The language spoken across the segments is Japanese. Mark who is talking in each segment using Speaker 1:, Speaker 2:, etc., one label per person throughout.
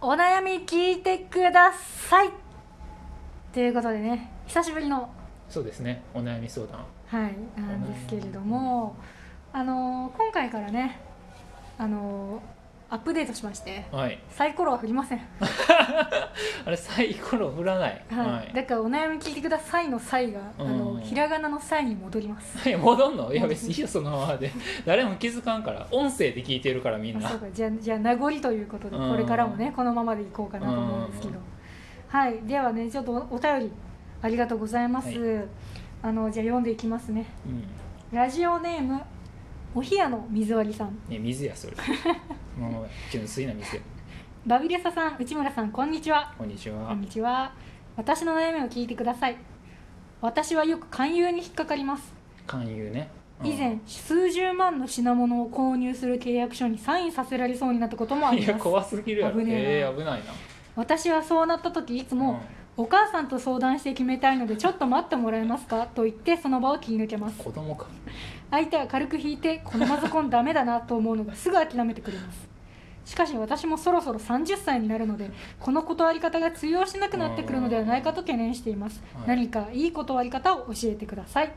Speaker 1: お悩み聞いてくださいということでね久しぶりの
Speaker 2: そうですねお悩み相談
Speaker 1: はいなんですけれどもあのー今回からねあのーアップデートしまして
Speaker 2: はい
Speaker 1: サイコロは振りません、
Speaker 2: あれサイコロ振らない
Speaker 1: はいだから「お悩み聞いてください」の「際があの
Speaker 2: うん
Speaker 1: ひらがなの「際に戻ります
Speaker 2: はい戻んのいや別にいいよそのままで誰も気づかんから音声で聞いてるからみん
Speaker 1: あ
Speaker 2: な
Speaker 1: そうかじゃあじゃあ名残ということで
Speaker 2: うん
Speaker 1: これからもねこのままでいこうかなと思うんですけど、はいではねちょっとおお便りありがとうございます、あのじゃあ読んでいきますね
Speaker 2: うん
Speaker 1: ラジオネームおひやの水割りさん
Speaker 2: ね水やそれもう純粋な水や
Speaker 1: バビレサさん内村さんこんにちは
Speaker 2: こんにち
Speaker 1: こ
Speaker 2: は
Speaker 1: んにちは私の悩みを聞いてください私はよく勧誘に引っかかります
Speaker 2: 勧誘ねうん
Speaker 1: 以前数十万の品物を購入する契約書にサインさせられそうになったこともあ
Speaker 2: い
Speaker 1: り
Speaker 2: や
Speaker 1: ます
Speaker 2: 怖すぎるやろ
Speaker 1: 危ねえ
Speaker 2: え
Speaker 1: な
Speaker 2: ー危ないな
Speaker 1: 私はそうなった時いつも、お母さんと相談して決めたいのでちょっと待ってもらえますかと言ってその場を切り抜けま
Speaker 2: うん
Speaker 1: す
Speaker 2: 子供か
Speaker 1: 相手は軽く引いてこのマゾコンダメだなと思うのがすぐ諦めてくれますしかし私もそろそろ30歳になるのでこの断り方が通用しなくなってくるのではないかと懸念しています、
Speaker 2: はい
Speaker 1: 何かいい断り方を教えてください
Speaker 2: はい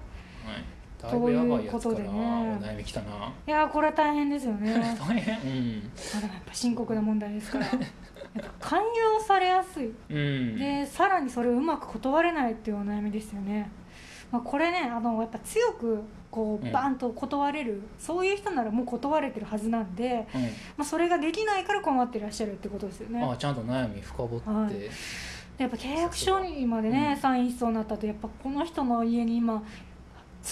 Speaker 2: だいぶやばいやつ
Speaker 1: と
Speaker 2: か
Speaker 1: いうこと
Speaker 2: ら
Speaker 1: でね
Speaker 2: お悩みきたな
Speaker 1: いやーこれは大変ですよね
Speaker 2: 大変
Speaker 1: まあでもやっぱ深刻な問題です からやっぱ勧誘をされやすい
Speaker 2: うんうん
Speaker 1: でさらにそれをうまく断れないっていうお悩みですよね、まあ、これねあのやっぱ強くこ
Speaker 2: う
Speaker 1: うんバンと断れる、そういう人ならもう断れてるはずなんで、
Speaker 2: う
Speaker 1: まあ、それができないから困ってらっしゃるってことですよね
Speaker 2: ん、あちゃんと悩み深掘って、
Speaker 1: はいでやっぱ契約書にまでね、
Speaker 2: うん
Speaker 1: サインしそうになったとやっぱこの人の家に今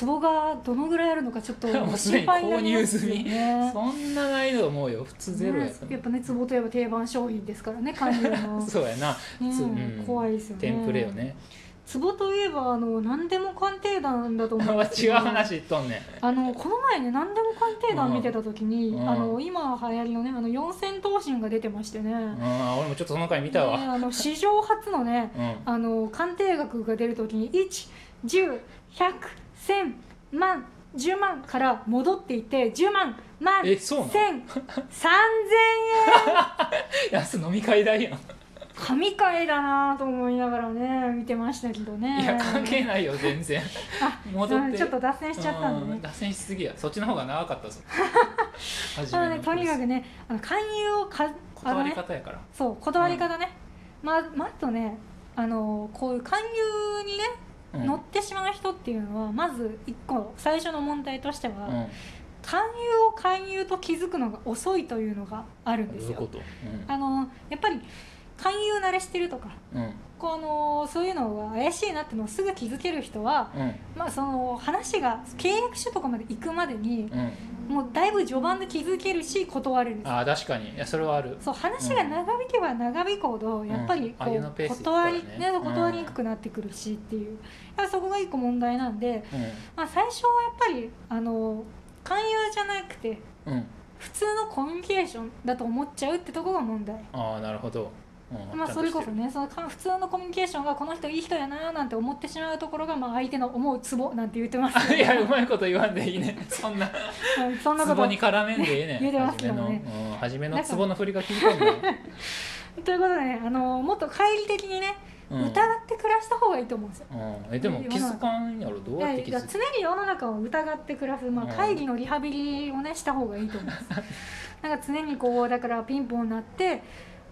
Speaker 1: 壺がどのぐらいあるのかちょっと
Speaker 2: もうすで
Speaker 1: 心配に
Speaker 2: に
Speaker 1: なりま
Speaker 2: 購入
Speaker 1: す
Speaker 2: 済
Speaker 1: よ
Speaker 2: み、
Speaker 1: ね。
Speaker 2: そんなないと思うよ普通ゼロや
Speaker 1: ね
Speaker 2: つ、
Speaker 1: やっぱね壺といえば定番商品ですから ね勧誘の、
Speaker 2: そうやな、つ
Speaker 1: ね
Speaker 2: うん
Speaker 1: 怖いですよね
Speaker 2: テンプレよね
Speaker 1: 壺といえばあの何でも鑑定団だと思うんですけ
Speaker 2: 違う
Speaker 1: ど
Speaker 2: 話言っとんねん
Speaker 1: あのこの前ね何でも鑑定団見てた時に、
Speaker 2: うん
Speaker 1: あの今流行りのねあの四千頭身が出てましてね、
Speaker 2: うん俺もちょっとその回見た
Speaker 1: で
Speaker 2: わ、
Speaker 1: あの史上初の ね
Speaker 2: うん
Speaker 1: あの鑑定額が出る時に一十百千万十万から戻っていて十万万
Speaker 2: え
Speaker 1: 千
Speaker 2: そうなの
Speaker 1: 三千円
Speaker 2: 安飲み会代やん、
Speaker 1: 神回だなと思いながらね見てましたけどね
Speaker 2: いや関係ないよ全然
Speaker 1: あ
Speaker 2: 戻って
Speaker 1: うんちょっと脱線しちゃったんで
Speaker 2: う
Speaker 1: ね
Speaker 2: ん脱線しすぎやそっちの方が長かったぞ 初
Speaker 1: ただ
Speaker 2: め
Speaker 1: ね
Speaker 2: の
Speaker 1: とにかくねあの勧誘をかあの
Speaker 2: 断り
Speaker 1: ね
Speaker 2: 方やから
Speaker 1: そう断り方ね、ままずねあのこういう勧誘にね、
Speaker 2: うん
Speaker 1: 乗ってしまう人っていうのはまず一個最初の問題としては、
Speaker 2: うん
Speaker 1: 勧誘を勧誘と気づくのが遅いというのがあるん
Speaker 2: どう
Speaker 1: です
Speaker 2: いうこ
Speaker 1: よ。
Speaker 2: と
Speaker 1: あのやっぱり勧誘慣れしてるとか
Speaker 2: うんうん
Speaker 1: こうあのそういうのが怪しいなってのをすぐ気づける人は、
Speaker 2: うん
Speaker 1: まあ、その話が契約書とかまで行くまでに
Speaker 2: うん
Speaker 1: もうだいぶ序盤で気づけるし断れるんですよ
Speaker 2: あー確かにいやそれはある
Speaker 1: そう話が長引けば長引くほど、
Speaker 2: ん
Speaker 1: やっぱり
Speaker 2: あ
Speaker 1: こ
Speaker 2: ゆ
Speaker 1: う、
Speaker 2: のペースで行くか
Speaker 1: 断
Speaker 2: ら
Speaker 1: り
Speaker 2: ね
Speaker 1: ね断りにくくなってくるしっていう、やっぱそこが一個問題なんで、
Speaker 2: う
Speaker 1: まあ、最初はやっぱりあの勧誘じゃなくて
Speaker 2: んうん
Speaker 1: 普通のコミュニケーションだと思っちゃうってとこが問題。
Speaker 2: ああなるほど、うん
Speaker 1: まあ、
Speaker 2: ちゃんとしてる
Speaker 1: それこそねそのか普通のコミュニケーションがこの人いい人やなーなんて思ってしまうところが、まあ、相手の思うツボなんて言ってます
Speaker 2: あ
Speaker 1: け
Speaker 2: い
Speaker 1: ど
Speaker 2: やうまいこと言わんでいいねそんな
Speaker 1: うんそんなこ
Speaker 2: ツ
Speaker 1: と
Speaker 2: ボに絡めんでいいね
Speaker 1: 言うてますよね
Speaker 2: 初めの、うん、初めのツボの振りが効いてんね、
Speaker 1: ということでねあのもっと乖離的にね、
Speaker 2: うん、
Speaker 1: 疑って暮らした方がいいと思うんですよ。
Speaker 2: うん、えでも気づかんやろどうやって
Speaker 1: い
Speaker 2: 気
Speaker 1: や
Speaker 2: づ
Speaker 1: 常
Speaker 2: く
Speaker 1: に世の中を疑って暮らす、まあ、
Speaker 2: うん
Speaker 1: 会議のリハビリをねした方がいいと思います なんか常にこうだからピンポン鳴って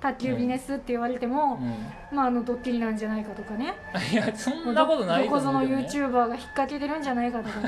Speaker 1: 卓球ビジネスって言われて
Speaker 2: う
Speaker 1: も、
Speaker 2: ん、
Speaker 1: まあ、あのドッキリなんじゃないかとかね
Speaker 2: いやそんなことない
Speaker 1: ど
Speaker 2: と
Speaker 1: こぞ
Speaker 2: 思
Speaker 1: の
Speaker 2: うけど、ね、
Speaker 1: YouTuber が引っ掛けてるんじゃないかとかね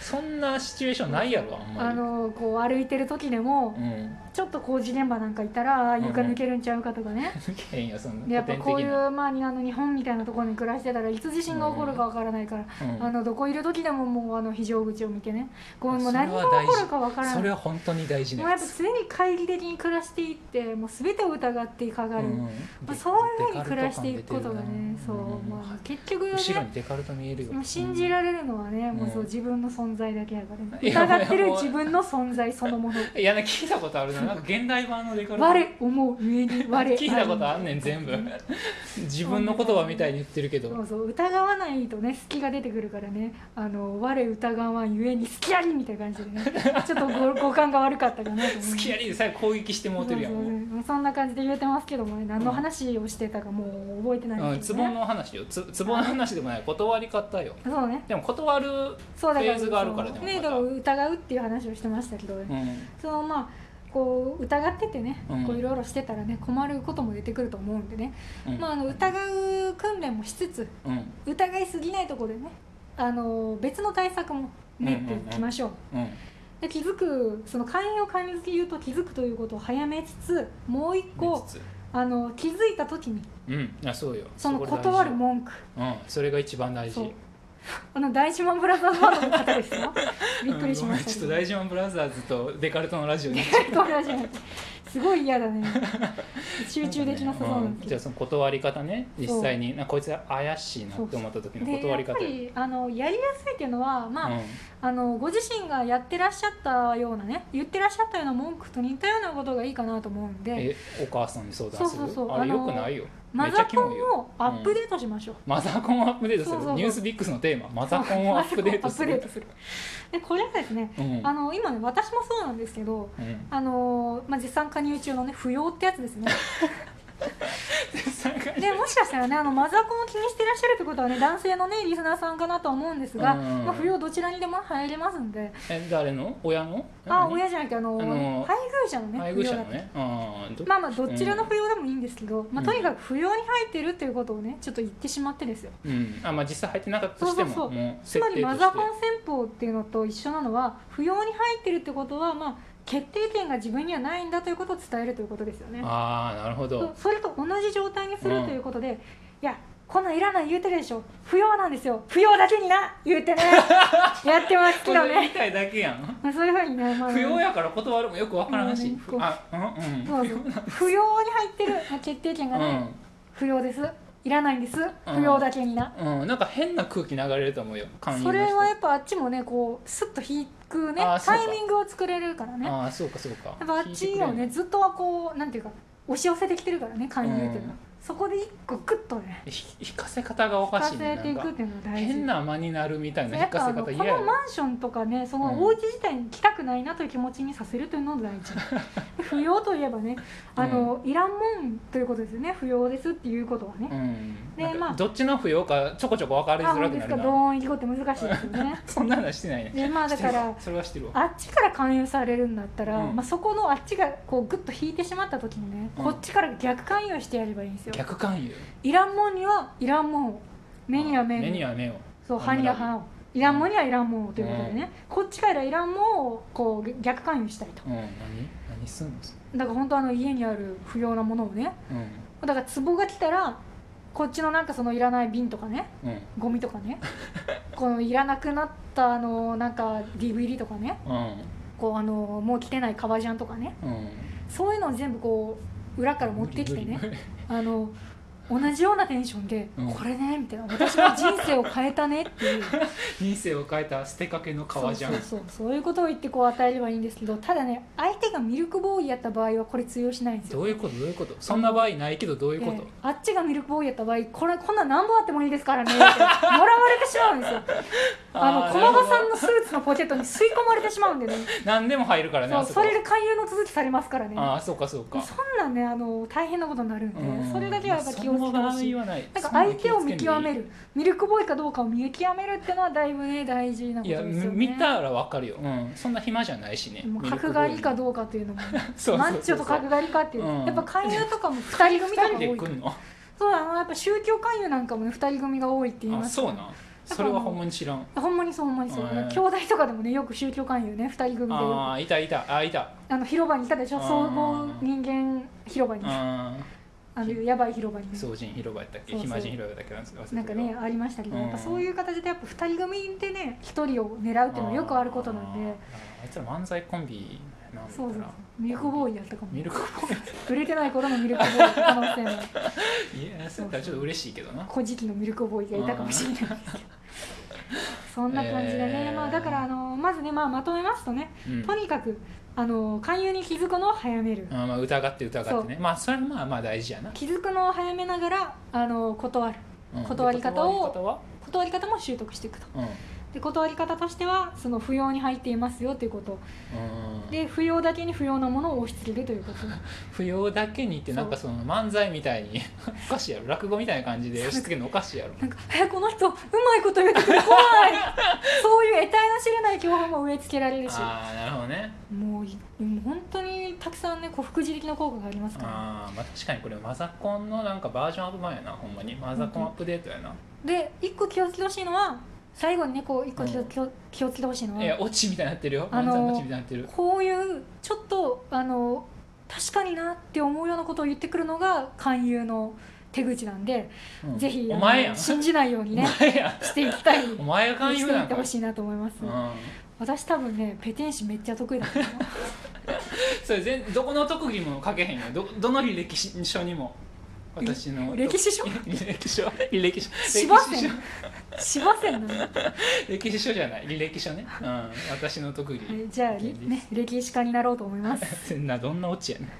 Speaker 2: そんなシチュエーションないやろあんまり
Speaker 1: あのこう歩いてる時でも、
Speaker 2: うん
Speaker 1: ちょっと工事現場なんかいたらああ床抜けるんちゃうかとかね、
Speaker 2: けんやそん
Speaker 1: でや
Speaker 2: な
Speaker 1: っ
Speaker 2: 古
Speaker 1: ぱ
Speaker 2: 典
Speaker 1: こうい
Speaker 2: 的な
Speaker 1: う、まあ、あの日本みたいなところに暮らしてたらいつ地震が起こるかわからないから、
Speaker 2: うん
Speaker 1: あのどこいる時でももうあの非常口を見てねこうもう
Speaker 2: それ
Speaker 1: 何
Speaker 2: は
Speaker 1: が起
Speaker 2: 大事
Speaker 1: こるかわからな
Speaker 2: そ
Speaker 1: い
Speaker 2: れは本当に大事
Speaker 1: もう
Speaker 2: な
Speaker 1: や
Speaker 2: や
Speaker 1: っぱ
Speaker 2: つ、
Speaker 1: 常に懐疑的に暮らしていってもう全てを疑っていかがる、
Speaker 2: うん
Speaker 1: まあ、
Speaker 2: で
Speaker 1: そういうふう
Speaker 2: デ
Speaker 1: に
Speaker 2: カルト
Speaker 1: 暮らしていくことが
Speaker 2: 感出てる
Speaker 1: ね
Speaker 2: な
Speaker 1: そう、
Speaker 2: ん
Speaker 1: まあ、結局ね
Speaker 2: 後ろにデカルト見えるよ
Speaker 1: もう信じられるのはね、もうそう
Speaker 2: うん
Speaker 1: 自分の存在だけやからね
Speaker 2: いや
Speaker 1: 疑ってる
Speaker 2: もう
Speaker 1: 自分の存在そのもの
Speaker 2: いやね聞いたことあるななんか現代版のデカルト
Speaker 1: 我思う上に我あり
Speaker 2: 聞いたことあんねん全部自分の言葉みたいに言ってるけ
Speaker 1: そ
Speaker 2: ど
Speaker 1: うそう疑わないとね隙が出てくるからねあの我疑わんゆえに好きありみたいな感じでねちょっとご語感が悪かったかなと思います
Speaker 2: 好きやりでさえ攻撃してもうてるやん
Speaker 1: そうそう
Speaker 2: もう
Speaker 1: そうそんな感じでって言えてますけどもね何の話をしてたかもう覚えてない
Speaker 2: うん、
Speaker 1: んです
Speaker 2: ツ
Speaker 1: けど
Speaker 2: ボ
Speaker 1: ね、
Speaker 2: の話よツツボの話でもない断り方よ
Speaker 1: そうね
Speaker 2: でも断る
Speaker 1: そうだから
Speaker 2: フェーズがあるから
Speaker 1: そ
Speaker 2: で
Speaker 1: う
Speaker 2: も
Speaker 1: ねだから疑うっていう話をしてましたけど、ね
Speaker 2: うん
Speaker 1: そのまあこう疑っててね
Speaker 2: うん
Speaker 1: こういろいろしてたらね困ることも出てくると思うんでね、
Speaker 2: うん
Speaker 1: まあ、あの疑う訓練もしつつ
Speaker 2: うん
Speaker 1: 疑いすぎないところでねあの別の対策も練っていきましょう,、
Speaker 2: うん
Speaker 1: で気づくその寛容寛容好き言うと気づくということを早めつつもう一個
Speaker 2: つつ
Speaker 1: あの気づいた時に
Speaker 2: うんあそうよ
Speaker 1: その
Speaker 2: こ大事
Speaker 1: 断る文句
Speaker 2: うんそれが一番大
Speaker 1: そう
Speaker 2: 事
Speaker 1: あの大島ブラザーズバードの方です よびっくりしまし
Speaker 2: うんごめん
Speaker 1: た
Speaker 2: ち
Speaker 1: け
Speaker 2: ょっと
Speaker 1: ど、
Speaker 2: 大島ブラザーズとデカルトのラジオに
Speaker 1: とラジオすごい嫌だね集中できなさそうなん
Speaker 2: んじゃ
Speaker 1: で
Speaker 2: あ
Speaker 1: す
Speaker 2: その断り方ね実際になんかこいつ怪しいなって思った時
Speaker 1: けど
Speaker 2: の
Speaker 1: でや
Speaker 2: 断
Speaker 1: っ
Speaker 2: り
Speaker 1: ぱ
Speaker 2: 方よ
Speaker 1: りあのやりやすいっていうのはまあ、
Speaker 2: うん
Speaker 1: あのご自身がやってらっしゃったようなね言ってらっしゃったような文句と似たようなことがいいかなと思うんで
Speaker 2: えお母さんに相談する
Speaker 1: そうそうそう
Speaker 2: あれ
Speaker 1: あの
Speaker 2: よくないよめ
Speaker 1: マ
Speaker 2: っちゃ
Speaker 1: ザ
Speaker 2: キ
Speaker 1: コン
Speaker 2: モいよ
Speaker 1: をアップデートしましょう、
Speaker 2: マザコンをアップデートする
Speaker 1: そうそうそう
Speaker 2: ニュースビックスのテーママザコンをアップデートす
Speaker 1: マザコンをアップデー
Speaker 2: る
Speaker 1: トするでこれはですね
Speaker 2: うん
Speaker 1: あの今ね私もそうなんですけど
Speaker 2: うん
Speaker 1: あのまあ、絶賛加入中のね不要ってやつ ですねでもしかしたらねあのマザコンを気にしてらっしゃるってことはね男性のねリスナーさんかなとは思うんですが、
Speaker 2: うん
Speaker 1: まあ、不要どちらにでも入れますんで
Speaker 2: え誰の親の
Speaker 1: あ
Speaker 2: 何
Speaker 1: 親じゃなくてあの、
Speaker 2: あの
Speaker 1: 配偶者のね
Speaker 2: 配偶者
Speaker 1: 扶養だ
Speaker 2: の
Speaker 1: った
Speaker 2: ねうんど
Speaker 1: まあまあどちらの扶養でもいいんですけど、まあ、
Speaker 2: うん
Speaker 1: とにかく扶養に入ってるっていうことをねちょっと言ってしまってですよ
Speaker 2: うんあまあ実際入ってなかったとしても
Speaker 1: そうそうそう
Speaker 2: もう
Speaker 1: つ
Speaker 2: 設
Speaker 1: ま
Speaker 2: 定とし
Speaker 1: り
Speaker 2: て
Speaker 1: マザコン戦法っていうのと一緒なのは扶養に入ってるってことはまあ決定権が自分にはないんだということを伝えるということですよね
Speaker 2: ああなるほ
Speaker 1: そう
Speaker 2: ど
Speaker 1: それと同じ状態にす
Speaker 2: う
Speaker 1: る
Speaker 2: ん
Speaker 1: ということで、いやこんなんいらない言うてるでしょ扶養なんですよ扶養だけにな言うて ねやってます
Speaker 2: こ
Speaker 1: けど
Speaker 2: れ言い
Speaker 1: ね
Speaker 2: たいだけやん
Speaker 1: まあそういうふうにね、まあ、
Speaker 2: 不要やから断るもよくわからん
Speaker 1: う
Speaker 2: し
Speaker 1: んこう
Speaker 2: あうん
Speaker 1: そうそう扶養に入ってるまあ決定権が
Speaker 2: う
Speaker 1: ない、
Speaker 2: ん
Speaker 1: 扶養ですいらないんです扶養だけにな、
Speaker 2: うんうんなんか変な空気流れると思うよ勧誘の
Speaker 1: そ
Speaker 2: 人
Speaker 1: れはやっぱあっちもねこうスッと引くね
Speaker 2: あーそう
Speaker 1: タ
Speaker 2: か
Speaker 1: イミングを作れるからねやっ
Speaker 2: ああそうかそうか
Speaker 1: ぱあっちをねずっとはこうなんていうか押し寄せてきてるからね勧誘っていうのは、
Speaker 2: うん
Speaker 1: そこで一個グッとね
Speaker 2: ひ引かせ方がお
Speaker 1: 引
Speaker 2: か
Speaker 1: か
Speaker 2: しい
Speaker 1: せ
Speaker 2: ね
Speaker 1: てい
Speaker 2: な
Speaker 1: く
Speaker 2: ん
Speaker 1: っ
Speaker 2: か
Speaker 1: ていうのは大事
Speaker 2: 変な間になるみたいな
Speaker 1: や
Speaker 2: 引
Speaker 1: っぱ
Speaker 2: か
Speaker 1: あ
Speaker 2: せ
Speaker 1: のこ
Speaker 2: 方
Speaker 1: の
Speaker 2: 嫌やろ
Speaker 1: マンションとかねそのお家自体に来たくないなという気持ちにさせるというのが大 事不要といえばねあの、いらんもんということですよね不要ですっていうことはね、
Speaker 2: うん
Speaker 1: で
Speaker 2: なんか
Speaker 1: まあ
Speaker 2: どっちの不要かちょこちょこ分かり
Speaker 1: あ
Speaker 2: づ
Speaker 1: ほ
Speaker 2: ら
Speaker 1: ん
Speaker 2: く
Speaker 1: ですか
Speaker 2: なる
Speaker 1: ド
Speaker 2: な
Speaker 1: ーン行こうって難しいですよね
Speaker 2: そんな話してないね
Speaker 1: でまあだから
Speaker 2: それはしてるわ
Speaker 1: あっちから勧誘されるんだったら、
Speaker 2: うん
Speaker 1: まあ、そこのあっちがこうグッと引いてしまった時にね、
Speaker 2: うん
Speaker 1: こっちから逆勧誘してやればいいんですよ
Speaker 2: 逆勧誘
Speaker 1: いらんもんにはいらんもんを目には目
Speaker 2: 目に
Speaker 1: を
Speaker 2: は目を
Speaker 1: そう歯には歯をいらんもんにはいらんもんをということでね、こっちからいらんもんをこう逆勧誘したいと
Speaker 2: うん何何すんのそれ
Speaker 1: だから本当あの家にある不要なものをね
Speaker 2: う
Speaker 1: だから壺が来たらこっちのなんかそのいらない瓶とかね
Speaker 2: んうん
Speaker 1: ゴミとか ねこのいらなくなったあのなんか DVD とかね
Speaker 2: う
Speaker 1: こうあのもう着てない革ジャンとかね
Speaker 2: んうん
Speaker 1: そういうのを全部こう裏から持ってきてね
Speaker 2: 無理無理
Speaker 1: あの同じようなテンションで「
Speaker 2: うん
Speaker 1: これね」みたいな「私の人生を変えたね」っていう
Speaker 2: 人生を変えた捨てかけの 革ジャン
Speaker 1: そうそうそうそういうことを言ってこう与えればいいんですけどただね相手がミルクボーイやった場合はこれ通用しないんですよ。
Speaker 2: どういうことどういうことそんな場合ないけどどういうこ
Speaker 1: ええあっちがミルクボーイやった場合これこんなん何本あってもいいですからねってもらわれてしまうんですよ
Speaker 2: と
Speaker 1: あの
Speaker 2: ー
Speaker 1: 駒場
Speaker 2: な
Speaker 1: さ
Speaker 2: る
Speaker 1: ん
Speaker 2: ほ
Speaker 1: のスーツのポケットに吸い込まれてしまうんでね
Speaker 2: ど何でも入るからね
Speaker 1: そう
Speaker 2: あ
Speaker 1: そ
Speaker 2: こ
Speaker 1: れで勧誘の続きされますからね
Speaker 2: ああそうかそうか
Speaker 1: そんなんねあの大変なことになるんで、
Speaker 2: うん
Speaker 1: それだけはやっぱ気をつけて
Speaker 2: まあ
Speaker 1: ほ
Speaker 2: そんな
Speaker 1: しい
Speaker 2: 言わない
Speaker 1: なんか相手を見極め
Speaker 2: る
Speaker 1: るミルクボーイかどうかを見極めるってのはだいぶね大事なこ
Speaker 2: い
Speaker 1: とで
Speaker 2: や
Speaker 1: すよね
Speaker 2: み見たらわかるよ、うん、そんな暇じゃないしね
Speaker 1: もう角刈りか
Speaker 2: ど
Speaker 1: どうかっていうのもね
Speaker 2: そうそうそうそう
Speaker 1: マッチョと角刈りかっていう、
Speaker 2: うん
Speaker 1: やっぱ勧誘とかも二人組とか
Speaker 2: 人
Speaker 1: が多
Speaker 2: で
Speaker 1: い
Speaker 2: 来んの
Speaker 1: そうあのやっぱ宗教勧誘なんかもね二人組が多いって言い
Speaker 2: あ
Speaker 1: ます
Speaker 2: そうなんそれはほんまに知らん
Speaker 1: ほんまにそうほんまにそう、
Speaker 2: へー
Speaker 1: 兄弟とかでもねよく宗教勧誘ね二人組でよ
Speaker 2: ああーいたいたあーいた
Speaker 1: くあの広場にいたでしょ
Speaker 2: うん
Speaker 1: 総合人間広場にあ
Speaker 2: あ
Speaker 1: のやばい広場にね
Speaker 2: ー総人広場やったっけ
Speaker 1: そうそう
Speaker 2: 暇人広場やったっけ忘れて
Speaker 1: なんかねありましたけど、やっぱそういう形でやっぱ二人組でね一人を狙うっていうのはよくあることなんで、
Speaker 2: あーあいつら漫才コンビなんだな
Speaker 1: そうそうそうミルクボーイやったかも
Speaker 2: ミルクボー
Speaker 1: 売れてない頃のミルクボーイ可能 性も
Speaker 2: イいやそうかちょっと嬉しいけどな
Speaker 1: 古事記のミルクボーイがいたかもしれないですけどそんな感じでね、
Speaker 2: えー
Speaker 1: まあ、だからあのまずね、まあ、まとめますとね
Speaker 2: うん
Speaker 1: とにかくあの勧誘に気づくのを早める、
Speaker 2: あーまあ疑って疑ってねまあそれはまあまあ大事やな
Speaker 1: 気づくのを早めながらあの断る
Speaker 2: うん
Speaker 1: 断り方を
Speaker 2: 断り方は
Speaker 1: 断り方も習得していくと
Speaker 2: うん
Speaker 1: で断り方としてはその不要に入っていますよということ
Speaker 2: うん
Speaker 1: で不要だけに不要なものを押し付けるということ
Speaker 2: 不要だけにってなんかその漫才みたいに おかしいやろ落語みたいな感じで押し付けるのおかしいやろ
Speaker 1: なんか「えこの人うまいこと言ってくる怖い」そういう得体の知れない恐怖も植え付けられるし
Speaker 2: ああなるほどね
Speaker 1: もういもう本当にたくさんねこう副次的な効果がありますから
Speaker 2: あー、まあ確かにこれマザコンのなんかバージョンアップ前やなほんまにマザコンアップデートやな、
Speaker 1: で一個気をつけてほしいのは最後にねこう一個気を,、
Speaker 2: うん
Speaker 1: 気を気をつけてほしいの
Speaker 2: いや
Speaker 1: は
Speaker 2: オチみたいになってるよ
Speaker 1: あ
Speaker 2: 漫
Speaker 1: のー
Speaker 2: 才のオチみたいになってる
Speaker 1: こういうちょっとあの確かになって思うようなことを言ってくるのが勧誘の手口なんで、
Speaker 2: うん
Speaker 1: ぜひ
Speaker 2: お前
Speaker 1: あ
Speaker 2: やん
Speaker 1: の信じないよう にね
Speaker 2: お前やん
Speaker 1: していきたいして
Speaker 2: お前が勧誘
Speaker 1: い
Speaker 2: な
Speaker 1: っ
Speaker 2: ん
Speaker 1: て
Speaker 2: か
Speaker 1: ほしいなと思います、
Speaker 2: うん、
Speaker 1: 私多分ねペテン師めっちゃ得意だと思う
Speaker 2: それ全どこの特技も書けへんよどどの履歴書にも私の
Speaker 1: 歴史書
Speaker 2: 履 歴書履歴書
Speaker 1: しま
Speaker 2: 歴
Speaker 1: せ
Speaker 2: 史
Speaker 1: ん
Speaker 2: 書
Speaker 1: しませんなの、は
Speaker 2: 歴史書じゃない履歴書ね、うん、私の特技
Speaker 1: い、じゃありね歴史家になろうと思います
Speaker 2: などんなオチやねん